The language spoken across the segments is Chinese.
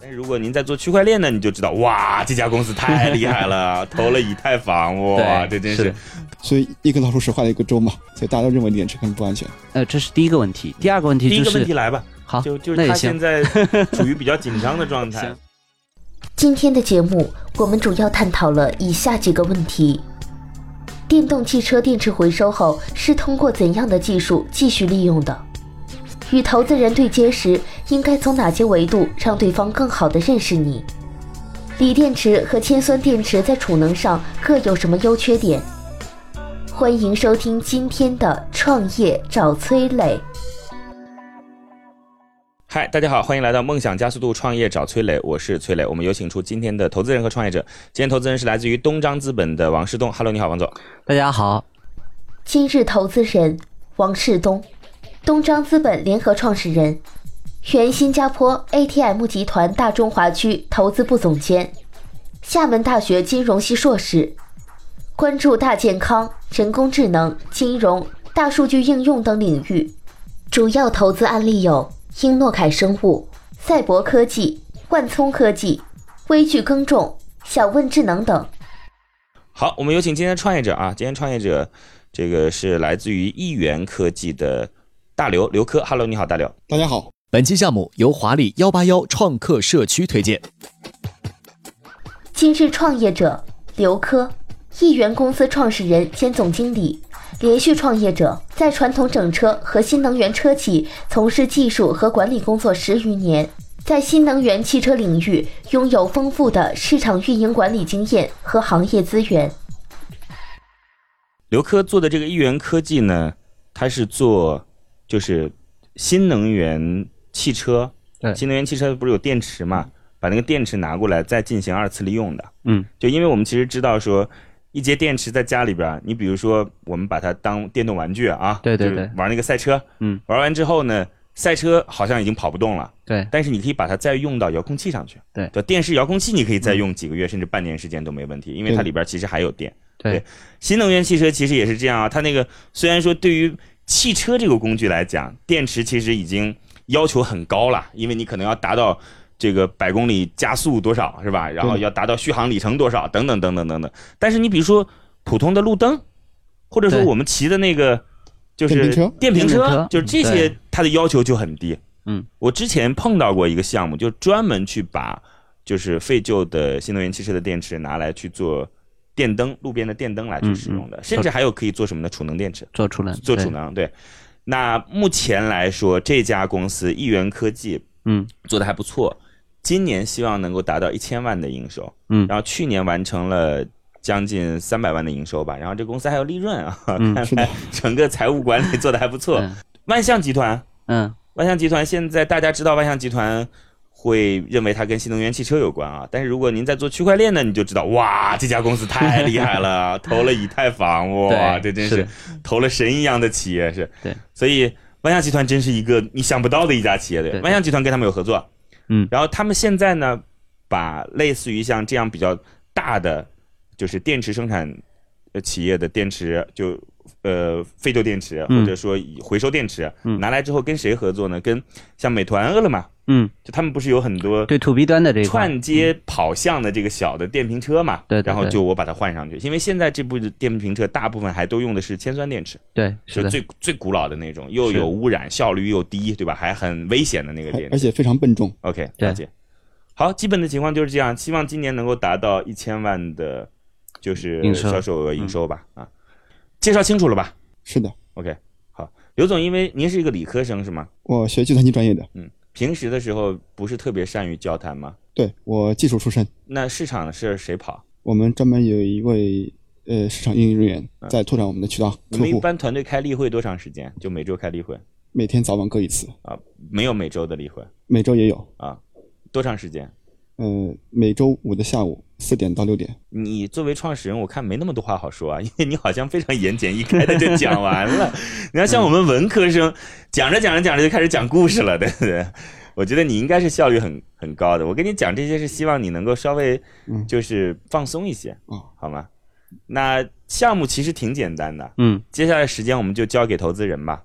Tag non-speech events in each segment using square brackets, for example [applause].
但是如果您在做区块链呢，你就知道，哇，这家公司太厉害 [laughs] 了，投了以太坊，哇，这对真是是的所以一根老鼠屎坏了一个粥嘛， [laughs] 所以大家都认为链池根本不安全。呃，这是第一个问题。第二个问第题一就个问题是，来吧，好，就就那是也他行现。 [laughs] 在处于比较紧张的状态行。今天的节目，我们主要探讨了以下几个问题：电动汽车电池回收后是通过怎样的技术继续利用的？与投资人对接时，应该从哪些维度让对方更好的认识你？锂电池和铅酸电池在储能上各有什么优缺点？欢迎收听今天的《创业找崔磊》。嗨，大家好，欢迎来到梦想加速度创业找崔磊，我是崔磊。我们有请出今天的投资人和创业者。今天投资人是来自于东张资本的王世东。Hello，你好，王总。大家好，今日投资人王世东，东张资本联合创始人，原新加坡 ATM 集团大中华区投资部总监，厦门大学金融系硕士，关注大健康、人工智能、金融、大数据应用等领域。主要投资案例有英诺凯生物、赛博科技、万聪科技、微聚耕种、小问智能等。好，我们有请今天的创业者啊，今天创业者这个是来自于亿元科技的大刘刘科。Hello，你好，大刘。大家好，本期项目由华丽幺八幺创客社区推荐。今日创业者刘科，亿元公司创始人兼总经理，连续创业者，在传统整车和新能源车企从事技术和管理工作十余年，在新能源汽车领域拥有丰富的市场运营管理经验和行业资源。刘科做的这个亿元科技呢，它是做就是新能源汽车，对新能源汽车不是有电池嘛，把那个电池拿过来再进行二次利用的。嗯，就因为我们其实知道说，一节电池在家里边儿，你比如说我们把它当电动玩具啊，对对就是对玩那个赛车，嗯，玩完之后呢，赛车好像已经跑不动了，对但是你可以把它再用到遥控器上去，对就电视遥控器你可以再用几个月、甚至半年时间都没问题，因为它对里边儿其实还有电。对对新能源汽车其实也是这样啊，它那个虽然说对于汽车这个工具来讲，电池其实已经要求很高了，因为你可能要达到这个百公里加速多少是吧？然后对要达到续航里程多少等等等等等等。但是你比如说普通的路灯，或者说对我们骑的那个就是电瓶车电瓶电瓶车车，就是这些它的要求就很低。嗯，我之前碰到过一个项目，就专门去把就是废旧的新能源汽车的电池拿来去做电灯，路边的电灯来去使用的，甚至还有可以做什么呢？储能电池，做储能，做储嗯对，能。对，那目前来说，这家公司亿元科技嗯做的还不错，今年希望能够达到一千万的营收，嗯然后去年完成了。将近三百万的营收吧，然后这公司还有利润啊， [laughs] 嗯看是来的整个财务管理做的还不错。嗯万象集团，嗯，万象集团现在大家知道万象集团会认为它跟新能源汽车有关啊，但是如果您在做区块链呢，你就知道哇，这家公司太厉害 [laughs] 了，投了以太坊，哇，这真对是是的投了神一样的企业是。对，所以万象集团真是一个你想不到的一家企业，对对对万象集团跟他们有合作，嗯然后他们现在呢，把类似于像这样比较大的就是电池生产呃企业的电池就。呃，废旧电池嗯或者说以回收电池、嗯拿来之后跟谁合作呢？跟像美团、饿了么，嗯，就他们不是有很多对 to B 端的这一块，串接跑向的这个小的电瓶车嘛，对对对然后就我把它换上去，因为现在这部电瓶车大部分还都用的是铅酸电池，对，是是的，最最古老的那种，又是有污染，效率又低，对吧？还很危险的那个而电而池。且非常笨重。 OK，哎对了解。好，基本的情况就是这样，希望今年能够达到一千万的，就是营收嗯销售额营收吧。啊，介绍清楚了吧是的， ？OK，好，刘总，因为您是一个理科生是吗？我学计算机专业的，平时的时候不是特别善于交谈吗？对我技术出身。那市场是谁跑？我们专门有一位呃市场运营人员在拓展我们的渠道嗯你客们一户，般团队开例会多长时间？就每周开例会每天早晚各一次，啊？没有每周的例会每周也有。啊？多长时间？呃，每周五的下午四点到六点。你作为创始人，我看没那么多话好说啊，因为你好像非常言简意赅的就讲完了。你看，像我们文科生，讲着讲着讲着就开始讲故事了，对不对？我觉得你应该是效率很很高的。我跟你讲这些是希望你能够稍微嗯就是放松一些，哦好吗？那项目其实挺简单的，嗯，接下来时间我们就交给投资人吧。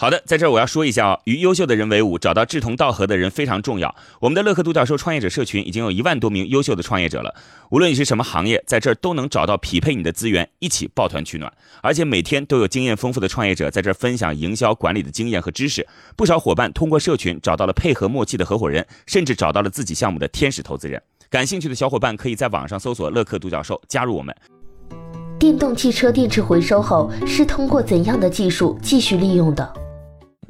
好的，在这儿我要说一下啊，与优秀的人为伍，找到志同道合的人非常重要。我们的乐客独角兽创业者社群已经有一万多名优秀的创业者了，无论你是什么行业，在这儿都能找到匹配你的资源，一起抱团取暖。而且每天都有经验丰富的创业者在这儿分享营销管理的经验和知识。不少伙伴通过社群找到了配合默契的合伙人，甚至找到了自己项目的天使投资人。感兴趣的小伙伴可以在网上搜索“乐客独角兽”，加入我们。电动汽车电池回收后是通过怎样的技术继续利用的？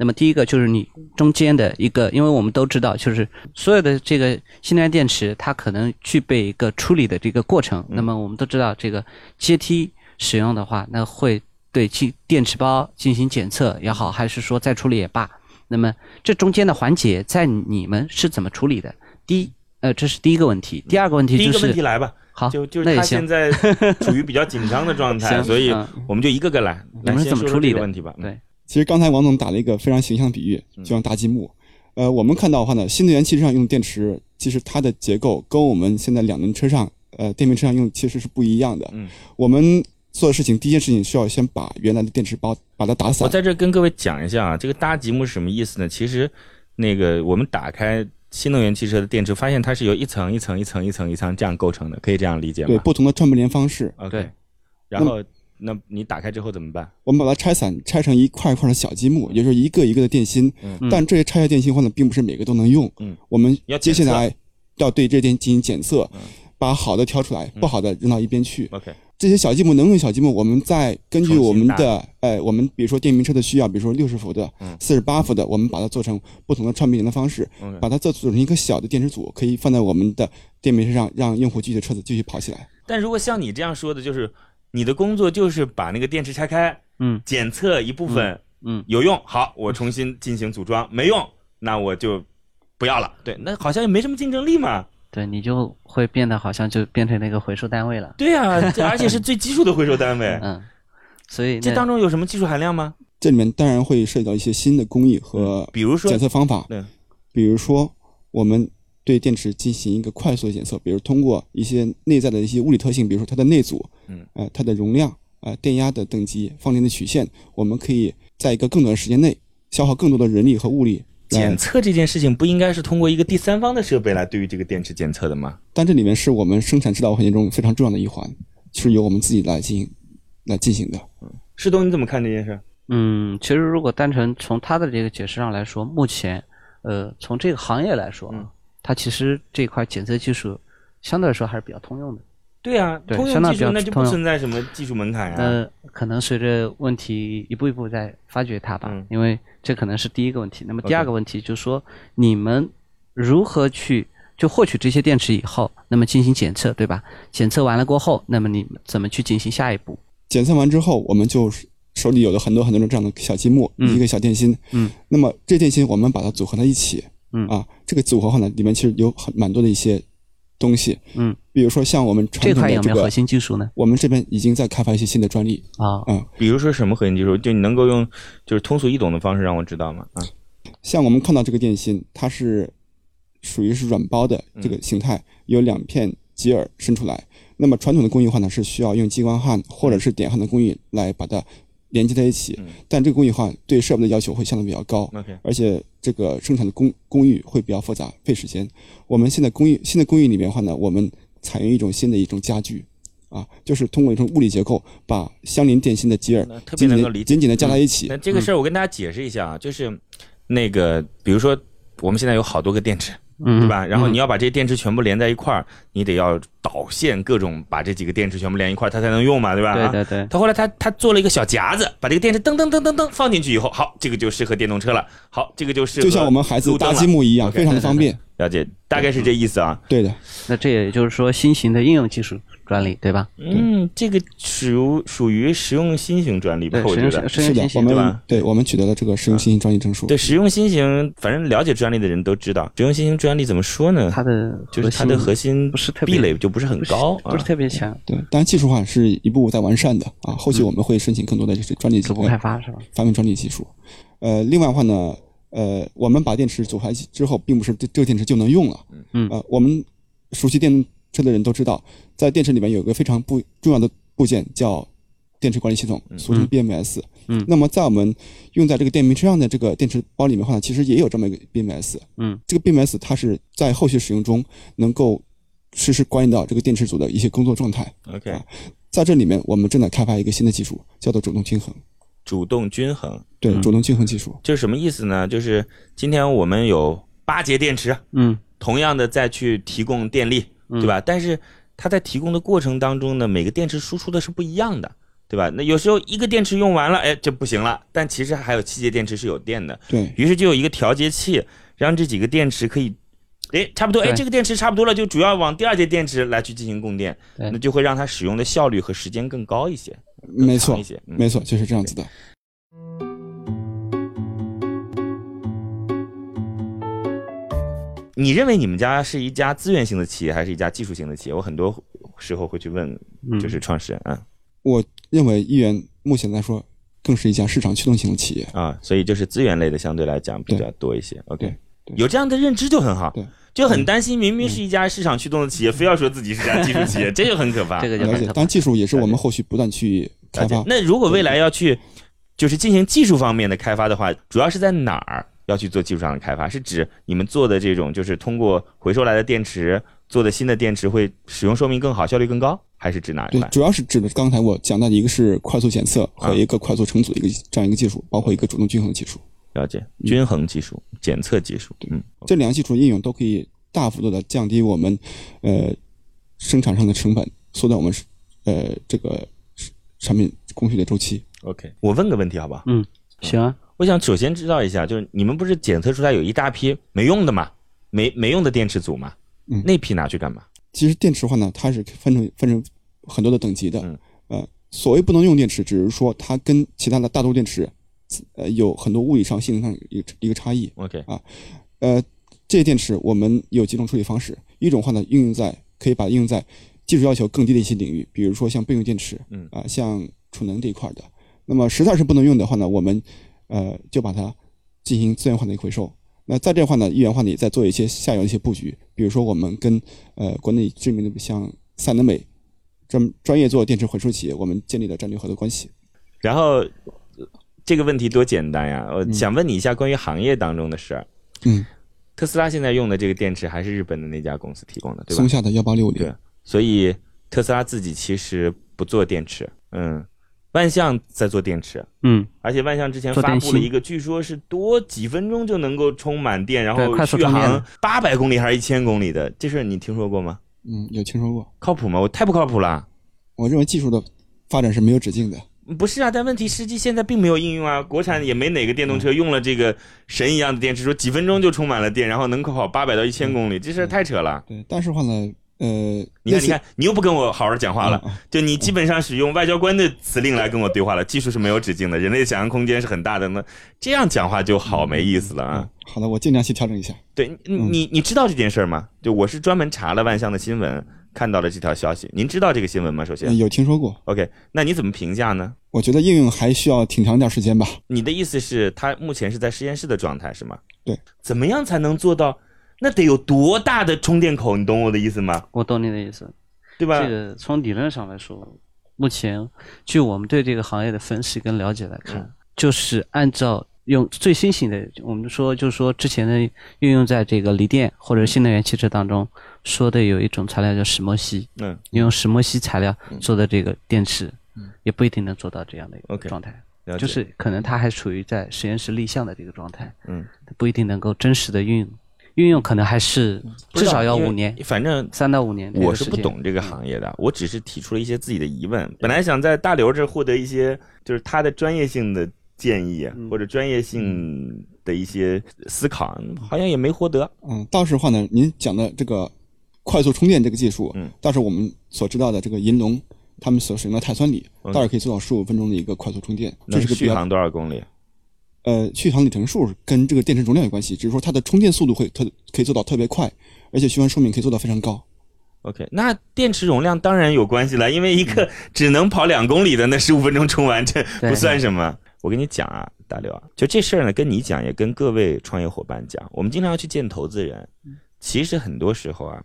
那么第一个就是你中间的一个，因为我们都知道，就是所有的这个新能源电池，它可能具备一个处理的这个过程。嗯那么我们都知道，这个阶梯使用的话，那会对其电池包进行检测也好，还是说再处理也罢，那么这中间的环节在你们是怎么处理的？第一，呃，这是第一个问题。第二个问题嗯第一就个问是题，来吧，好，就就是那也他现行。在处于比较紧张的状态， [laughs] 行所以嗯我们就一个个来。你来们是先怎么说说处理这个的问题吧？嗯对其实刚才王总打了一个非常形象的比喻，就像搭积木。呃，我们看到的话呢，新能源汽车上用的电池，其实它的结构跟我们现在两轮车上、呃电瓶车上用其实是不一样的。嗯，我们做的事情，第一件事情需要先把原来的电池包把它打我散。在这跟各位讲一下啊，这个搭积木是什么意思呢？其实，那个我们打开新能源汽车的电池，发现它是由一层一层一层一层一层这样构成的，可以这样理解吗？对，不同的串并联方式， OK 对。然后，那你打开之后怎么办？我们把它拆散，拆成一块一块的小积木，也就是一个一个的电芯。嗯但这些拆下电芯后呢，并不是每个都能用。嗯我们要接检测下来要对这电进行检测，嗯把好的挑出来，不好的扔到一边去。 OK，这些小积木能用的小积木，我们再根据重新我们搭的，哎，我们比如说电瓶车的需要，比如说六十伏的嗯、四十八伏的，我们把它做成不同的串并联的方式 OK，把它做组成一个小的电池组，可以放在我们的电瓶车上，让用户继续的车子继续跑起来。但如果像你这样说的，就是你的工作就是把那个电池拆开，嗯检测一部分，嗯嗯有用，好，我重新进行组装，没用，那我就不要了。对，那好像也没什么竞争力嘛。对，你就会变得好像就变成那个回收单位了。对 [laughs] 啊，这而且是最基础的回收单 [laughs] 位，嗯，所以这那当中有什么技术含量吗？这里面当然会涉及到一些新的工艺和嗯比如说检测方法，对比如说我们对电池进行一个快速的检测，比如通过一些内在的一些物理特性，比如说它的内阻，嗯，呃，它的容量，呃，电压的等级、放电的曲线，我们可以在一个更短的时间内消耗更多的人力和物力来检测这件事情不应该是通过一个第三方的设备来对于这个电池检测的吗？但这里面是我们生产制造环节中非常重要的一环，是由我们自己来进行来进行的。世东，你怎么看这件事？嗯，其实如果单纯从他的这个解释上来说，目前，呃，从这个行业来说，嗯它其实这块检测技术相对来说还是比较通用的。对啊，对通相用当技比术较那就不通用存在什么技术门槛呀、呃，可能随着问题一步一步在发掘它吧，嗯因为这可能是第一个问题。那么 OK 第二个问题就是说，你们如何去就获取这些电池以后，那么进行检测，对吧？检测完了过后，那么你们怎么去进行下一步？检测完之后，我们就是手里有了很多很多的这样的小积木，嗯一个小电芯。嗯，那么这电芯我们把它组合在一起。嗯啊，这个组合后呢，里面其实有很蛮多的一些东西。嗯，比如说像我们传这统块的有没这有核个，心技术呢？我们这边已经在开发一些新的专利。啊、比如说什么核心技术？就你能够用就是通俗易懂的方式让我知道吗？啊，像我们看到这个电芯，它是属于是软包的嗯这个形态，有两片吉耳伸出来。那么传统的工艺的话呢，是需要用激光焊或者嗯是点焊的工艺来把它连接在一起，嗯但这个工艺的话对设备的要求会相对比较高。 OK 而且这个生产的工工艺会比较复杂，费时间。我们现在工艺新的工艺里面的话呢，我们采用一种新的一种家具，啊，就是通过一种物理结构把相邻电芯的吉耳那特别紧能紧够理地解。嗯紧紧的加在一起。那这个事儿我跟大家解释一下啊，就是那个比如说我们现在有好多个电池，嗯，对吧？然后嗯你要把这些电池全部连在一块儿，你得要导线各种把这几个电池全部连一块儿，它才能用嘛，对吧？对啊对对，他后来他他做了一个小夹子，把这个电池噔噔噔噔噔放进去以后，好，这个就适合电动车了。好，这个就适合就像我们孩子路灯搭了积木一样， OK，非常的方便。了解，大概是这意嗯思啊。对的，那这也就是说新型的应用技术专利，对吧？嗯，这个属属于实用新型专利吧对，，我使觉用得。使是用的新，型，我对们吧对我们取得了这个实用新型专利证嗯书。对实用新型，反正了解专利的人都知道，实用新型专利怎么说呢？它的嗯就是它的核心心不是特别壁垒就不是很不是高，不是啊特别强，对，当然技术化是一步步在完善的啊，后嗯期我们会申请更多的就是专利技逐步术，开发是吧？发明专利技术。呃，另外的话呢，呃，我们把电池组合起之后，并不是这这个电池就能用了。嗯呃，我们熟悉电动车的人都知道，在电池里面有一个非常不重要的部件叫电池管理系统，俗称 BMS。嗯那么在我们用在这个电瓶车上的这个电池包里面的话呢，其实也有这么一个 BMS。嗯，这个 BMS 它是在后续使用中能够实时关联到这个电池组的一些工作状态。 OK，在这里面，我们正在开发一个新的技术，叫做主动均衡。主动均衡，对，嗯主动均衡技术。这是什么意思呢？就是今天我们有八节电池，啊嗯，同样的再去提供电力，对吧？但是它在提供的过程当中呢，每个电池输出的是不一样的，对吧？那有时候一个电池用完了，哎，这不行了，但其实还有七节电池是有电的，对，于是就有一个调节器，让这几个电池可以。哎，差不多，哎，对这个电池差不多了，就主要往第二节电池来去进行供电，对那就会让它使用的效率和时间更高一些，更没长错一，些，嗯没错，就是这样子的。你认为你们家是一家资源型的企业，还是一家技术型的企业？我很多时候会去问，嗯就是创始人啊、我认为一元目前来说，更是一家市场驱动型的企业。啊，所以就是资源类的相对来讲比较多一些。OK，对对有这样的认知就很好对，就嗯很担心明明是一家市场驱动的企业，非要说自己是家技术企 [laughs] 业，这就很可怕。这个就啊了很解，可当怕然技术也是我们后续不断去开了解发。那如果未来要去就是进行技术方面的开发的话，主要是在哪儿要去做技术上的开发？是指你们做的这种，就是通过回收来的电池做的新的电池会使用寿命更好、效率更高，还是指哪一对块，？主要是指的刚才我讲到的，一个是快速检测嗯和一个快速乘组的一个这样一个技术，包括一个主动均衡技术。了解，均衡技术、检测技术，嗯，这两个技术应用都可以大幅度的降低我们呃生产上的成本，缩短我们呃这个产品工序的周期。 OK，我问个问题好不好？行啊，我想首先知道一下，就是你们不是检测出来有一大批没用的嘛，没没用的电池组嘛？嗯那批拿去干嘛？其实电池的话呢，它是分成分成很多的等级的。嗯呃，所谓不能用电池，只是说它跟其他的大多电池，呃，有很多物理上、性能上一个一个差异。 OK，呃，这些电池我们有几种处理方式，一种话呢，应用在可以把它应用在技术要求更低的一些领域，比如说像备用电池，嗯啊、像储能这一块的。那么实在是不能用的话呢，我们呃就把它进行资源化的一个回收。那在这块呢，一元化呢也在做一些下游的一些布局，比如说我们跟呃国内知名的像赛能美专专业做电池回收企业，我们建立了战略合作关系。然后呃这个问题多简单呀！嗯我想问你一下关于行业当中的事儿。嗯，特斯拉现在用的这个电池还是日本的那家公司提供的，对吧松？下的幺八六零对，所以特斯拉自己其实不做电池，嗯，万象在做电池，嗯，而且万象之前做发电布了芯一个，据说是多几分钟就能够充满电，然对后快速续充电航八百公里还是一千公里的，这事儿你听说过吗？嗯，有听说过。靠谱吗？我太不靠谱了。我认为技术的发展是没有止境的。不是啊，但问题实际现在并没有应用啊，国产也没哪个电动嗯车用了这个神一样的电池，说几分钟就充满了电，然后能跑八百到一千公里，这嗯事儿太扯了。对，但是话呢，呃，你看，类你似看，你又不跟我好好讲话了嗯，就你基本上使用外交官的词令来跟我对话了。技术是没有止境的，人类想象空间是很大的，那这样讲话就好没意思了啊。嗯好的，我尽量去调整一下。对你，嗯你你知道这件事儿吗？就我是专门查了万象的新闻，看到了这条消息。您知道这个新闻吗？首嗯先有听说过， ，OK，那你怎么评价呢？我觉得应用还需要挺长一段时间吧。你的意思是，它目前是在实验室的状态是吗？对。怎么样才能做到？那得有多大的充电口？你懂我的意思吗？我懂你的意思。对吧？这个从理论上来说，目前据我们对这个行业的分析跟了解来嗯看，就是按照用最新型的，我们说就是说之前的运用在这个锂电或者新能源汽车当中说的有一种材料叫石墨烯，嗯你用石墨烯材料做的这个电池，也不一定能做到这样的一个 OK，状态。了解就是可能它还处于在实验室立项的这个状态，嗯，不一定能够真实的运用。运用可能还是至少要五年，，反正三到五年。嗯我是不，懂这个行业的，我只是提出了一些自己的疑问。本来想在大刘这儿获得一些就是他的专业性的建议嗯或者专业性的一些思考，好像也没获得。嗯，到时候话呢，您讲的这个快速充电这个技术，嗯，到时候我们所知道的这个银龙，他们所使用的碳酸锂，嗯到时候可以做到十五分钟的一个快速充电，这能是个比续较航多少公里？呃续航里程数跟这个电池容量有关系，只是说它的充电速度会特可以做到特别快，而且循环寿命可以做到非常高。 OK，那电池容量当然有关系了，因为一个只能跑两公里的那十五分钟充完，这嗯对不算什么。我跟你讲啊，大刘啊，就这事儿呢，跟你讲，也跟各位创业伙伴讲，我们经常要去见投资人，嗯其实很多时候啊，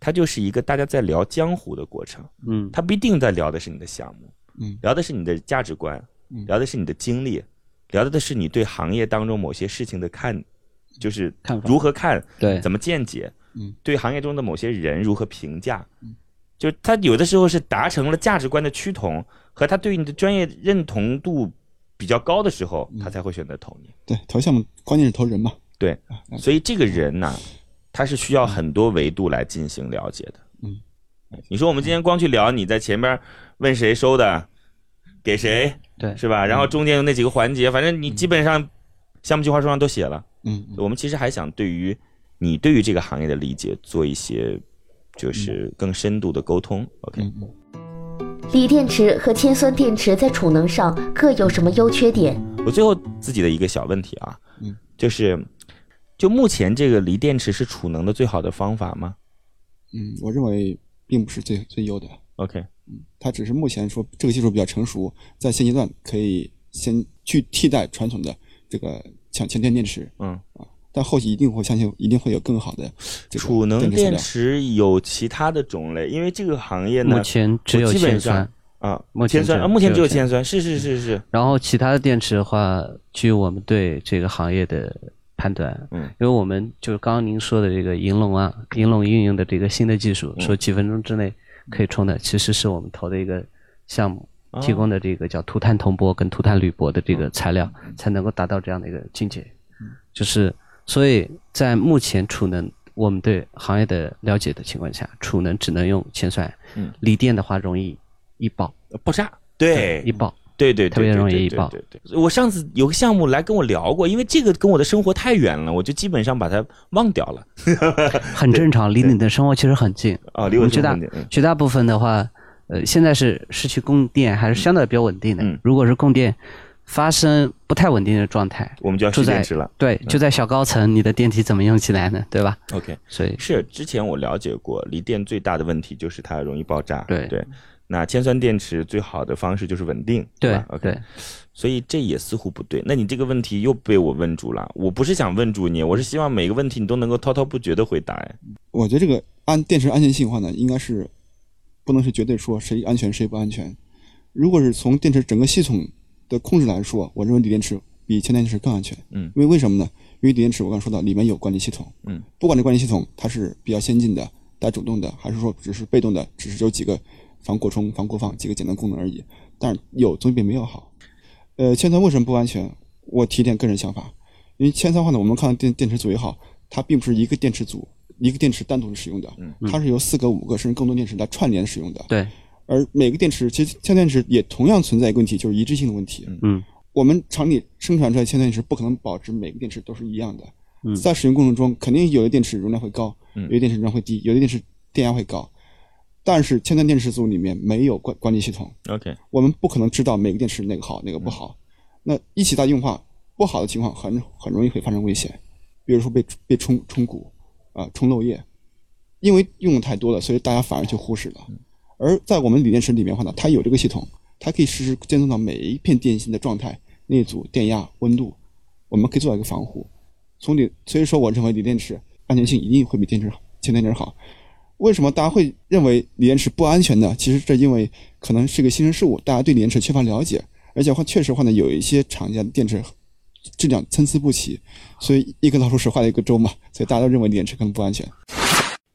它就是一个大家在聊江湖的过程，嗯他不一定在聊的是你的项目，嗯聊的是你的价值观，嗯聊的是你的经历，聊的是你对行业当中某些事情的看，就是看法如何看对，怎么见解，嗯，对行业中的某些人如何评价，就是他有的时候是达成了价值观的趋同和他对你的专业认同度比较高的时候，他才会选择投你。对，投项目关键是投人嘛。对啊，嗯了解所以这个人呐，他是需要很多维度来进行了解的。嗯，你说我们今天光去聊你在前边问谁收的，给谁，对是吧？然后中间有那几个环节，反正你基本嗯上项目计划书上都写了。嗯，嗯我们其实还想对于你对于这个行业的理解做一些，就是嗯更深度的沟通。OK，嗯嗯锂电池和铅酸电池在储能上各有什么优缺点？嗯我最后自己的一个小问题啊嗯，就是就目前这个锂电池是储能的最好的方法吗嗯，我认为并不是最最优的， ？OK，它只是目前说这个技术比较成熟，在现阶段可以先去替代传统的这个强强电电池，啊嗯，但后期一定会相信一定会有更好的这个储能电池材电料。池有其他的种类，因为这个行业呢目前只有我基本铅上酸，啊，目前铅酸只啊，目前只有只有铅酸，是是是是，然后其他的电池的话，据我们对这个行业的判断，嗯因为我们就是刚刚您说的这个银龙啊，银龙运用的这个新的技术，嗯说几分钟之内可以充的，其实是我们投的一个项目啊提供的这个叫涂碳铜箔跟涂碳铝箔的这哦个材料，嗯才能够达到这样的一个境界。就是所以在目前储能。我们对行业的了解的情况下，储能只能用铅酸，嗯锂电的话容易易爆，爆炸，对易爆，对对，对特别容易爆对对对对对我上次有个项目来跟我聊过，因为这个跟我的生活太远了，我就基本上把它忘掉了。很正常，离你的生活其实很近。哦，离我的我们知生活道很远嗯绝大部分的话，呃，现在是市区供电还是相对比较稳定的。嗯如果是供电发生不太稳定的状态，我们就要住蓄在电池了。嗯对，就在小高层，你的电梯怎么用起来呢？对吧？ OK，所以是之前我了解过，锂电最大的问题就是它容易爆炸。对对，那铅酸电池最好的方式就是稳定，对吧？OK，对，所以这也似乎不对。那你这个问题又被我问住了。我不是想问住你，我是希望每个问题你都能够滔滔不绝的回答。哎，我觉得这个安电池安全性的话呢，应该是不能是绝对说谁安全谁不安全。如果是从电池整个系统的控制来说，我认为锂电池比铅电池更安全。嗯因为为什么呢？因为锂电池我刚才说到里面有管理系统。嗯，不管这管理系统它是比较先进的、带主动的，还是说只是被动的，只是有几个防过冲、防过放几个简单功能而已。但是有总比没有好。呃，铅酸为什么不安全？我提点个人想法，因为铅酸话呢，我们看电电池组也好，它并不是一个电池组、一个电池单独使用的，嗯它是由四个、五个甚至更多电池来串联使用的。对，而每个电池，其实铅电池也同样存在一个问题，就是一致性的问题。嗯，我们厂里生产出来的铅电池不可能保持每个电池都是一样的。在使用过程中，肯定有的电池容量会高，有的电池容量会低，有的电池电压会高。但是铅酸电池组里面没有管管理系统， OK，我们不可能知道每个电池哪个好哪个不好。那一起大用化，不好的情况很很容易会发生危险，比如说被被冲冲鼓啊、冲漏液，因为用的太多了，所以大家反而就忽视了。而在我们锂电池里面的话呢，它有这个系统，它可以实时监测到每一片电芯的状态、内阻、电压、温度，我们可以做到一个防护。从锂，所以说我认为锂电池安全性一定会比电池好，铅电池好。为什么大家会认为锂电池不安全呢？其实这因为可能是一个新生事物，大家对锂电池缺乏了解，而且话确实话呢，有一些厂家的电池质量参差不齐，所以一个老鼠屎坏了一个粥嘛，所以大家都认为锂电池可能不安全。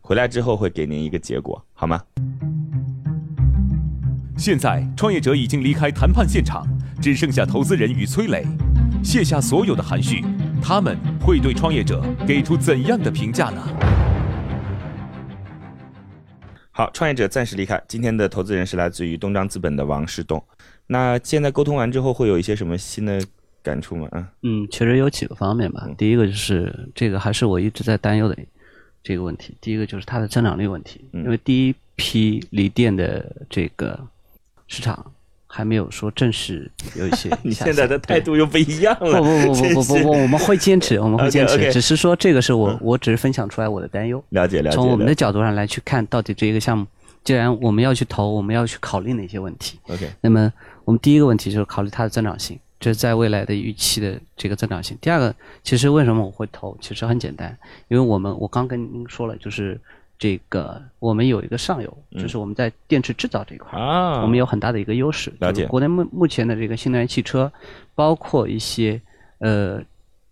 回来之后会给您一个结果，好吗？现在，创业者已经离开谈判现场，只剩下投资人与崔磊，卸下所有的含蓄，他们会对创业者给出怎样的评价呢？好，创业者暂时离开。今天的投资人是来自于东张资本的王世栋。那现在沟通完之后，会有一些什么新的感触吗？啊，嗯，其实有几个方面吧。嗯第一个就是这个还是我一直在担忧的这个问题。第一个就是它的增长率问题，嗯因为第一批锂电的这个市场还没有说正式有一些下线。 [laughs] 你现在的态对度又不一样不了。不不真不不是不不，我们会坚 [laughs] 持，我们会坚 OK，OK 持。只是说这个是我，我只是分享出来我的担忧。了解嗯了解。从我们的了解角度上来去看，到底这一个项目，既然我们要去投，我们要去考虑哪些问题？ OK，那么我们第一个问题就是考虑它的增长性，这、是在未来的预期的这个增长性。第二个，其实为什么我会投？其实很简单，因为我们我刚跟您说了，就是这个我们有一个上游，就是我们在电池制造这一嗯块。啊，我们有很大的一个优势。了就是解国内目目前的这个新能源汽车，包括一些呃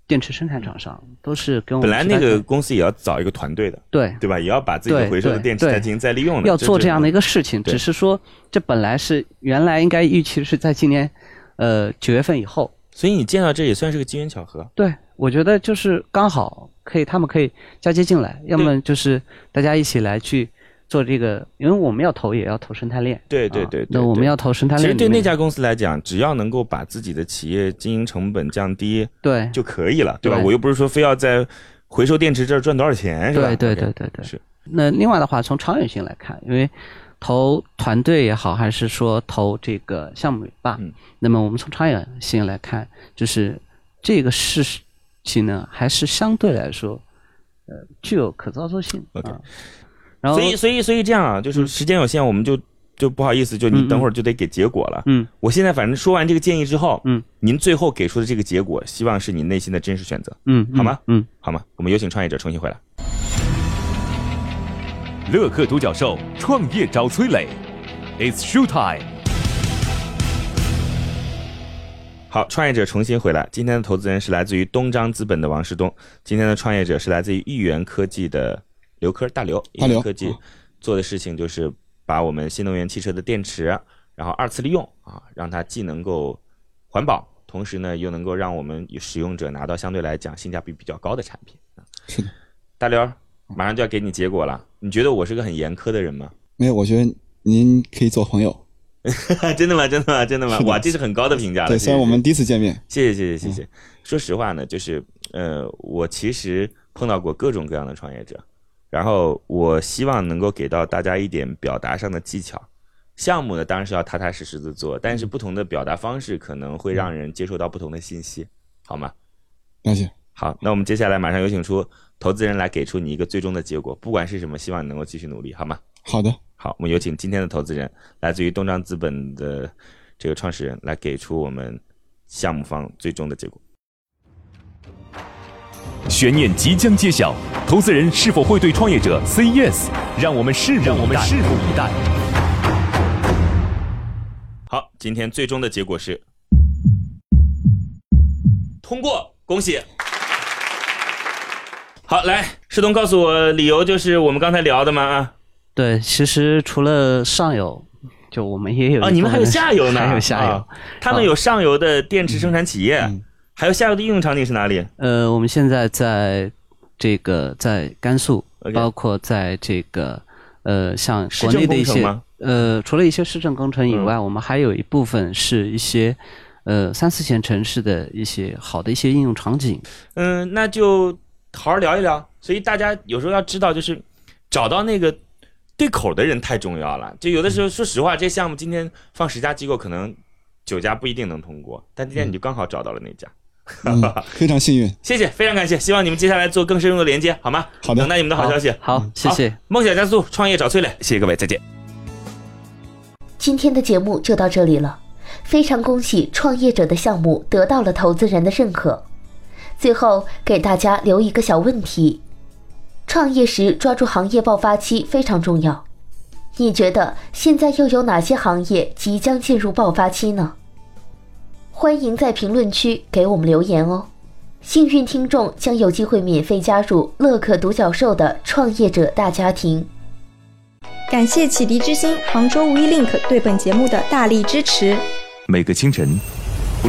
电池生产厂商，都是跟我本们来时代那个的公司也要找一个团队的，对对吧？也要把自己的对回收的对电池对再进行再利用的，要做这样的一个个事情，对只是说这本来是原来应该预期是在今年呃九月份以后，所以你见到这也算是个机缘巧合。对我觉得就是刚好可以他们可以嫁接进来，要么就是大家一起来去。做这个，因为我们要投，也要投生态链。对对啊对对那我们对要投生态其链实里面。对那家公司来讲，只要能够把自己的企业经营成本降低对就可以了，对吧？对我又不是说非要在回收电池这儿赚多少钱，是吧？对对 OK 对对对是那另外的话，从长远性来看，因为投团队也好，还是说投这个项目也罢，嗯那么我们从长远性来看，就是这个事情呢，还是相对来说，呃，具有可操作性。 OK 啊、然后所，以所以所以这样啊，就是时间有限，我们就就不好意思，就你嗯嗯嗯等会儿就得给结果了。嗯，我现在反正说完这个建议之后，嗯，您最后给出的这个结果，希望是你内心的真实选择，嗯，嗯好吗？嗯，好吗？我们有请创业者重新回来。乐客独角兽创业找崔磊，It's show time。好，创业者重新回来。今天的投资人是来自于东张资本的王世东，今天的创业者是来自于豫园科技的刘科大刘。大刘豫园科技嗯做的事情就是把我们新能源汽车的电池，然后二次利用啊，让它既能够环保，同时呢又能够让我们使用者拿到相对来讲性价比比较高的产品。啊是的，大刘，马上就要给你结果了，你觉得我是个很严苛的人吗？没有，我觉得您可以做朋友。 [laughs] 真的吗？真的吗？真的吗？哇，这是很高的评价了。对，啊谢谢虽然我们第一次见面，谢谢谢谢谢谢。说实话呢，就是呃，我其实碰到过各种各样的创业者，然后我希望能够给到大家一点表达上的技巧。项目呢，当然是要踏踏实实的做，但是不同的表达方式可能会让人接受到不同的信息，好吗？了解。好，那我们接下来马上有请出投资人来给出你一个最终的结果，不管是什么，希望你能够继续努力，好吗？好的，好，我们有请今天的投资人，来自于东张资本的这个创始人，来给出我们项目方最终的结果。悬念即将揭晓，投资人是否会对创业者 say yes？让我们拭目让我们拭目以待。好，今天最终的结果是通过，恭喜。好，来，世东告诉我理由，就是我们刚才聊的嘛啊，对，其实除了上游，就我们也有啊一你们部还有分下游呢 [laughs] 还有下游。啊他嗯们有上游的电池生产企业，还有下游的应用场景是哪里？呃，我们现在在这个在甘肃 OK 包括在这个呃，像市国政内的工一程些吗嗯呃，除了一些市政工程以外，我们还有一部分是一些呃三四线城市的一些好的一些应用场景。嗯，那就好好聊一聊。所以大家有时候要知道，就是找到那个对口的人太重要了。就有的时候，说实话，这项目今天放十家机构，可能九家不一定能通过，但今天你就刚好找到了那家， [laughs] 嗯，非常幸运。谢谢，非常感谢，希望你们接下来做更深入的连接，好吗？好的等待你们的好消息。好，谢谢。好，梦想加速，创业找崔磊，谢谢各位，再见。今天的节目就到这里了，非常恭喜创业者的项目得到了投资人的认可。最后给大家留一个小问题：创业时抓住行业爆发期非常重要。你觉得现在又有哪些行业即将进入爆发期呢？欢迎在评论区给我们留言哦。幸运听众将有机会免费加入乐客独角兽的创业者大家庭。感谢启迪之星、杭州无一 link 对本节目的大力支持。每个清晨，不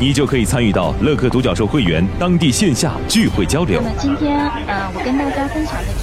你就可以参与到乐客独角兽会员当地线下聚会交流那。么今天，呃，我跟大家分享的主题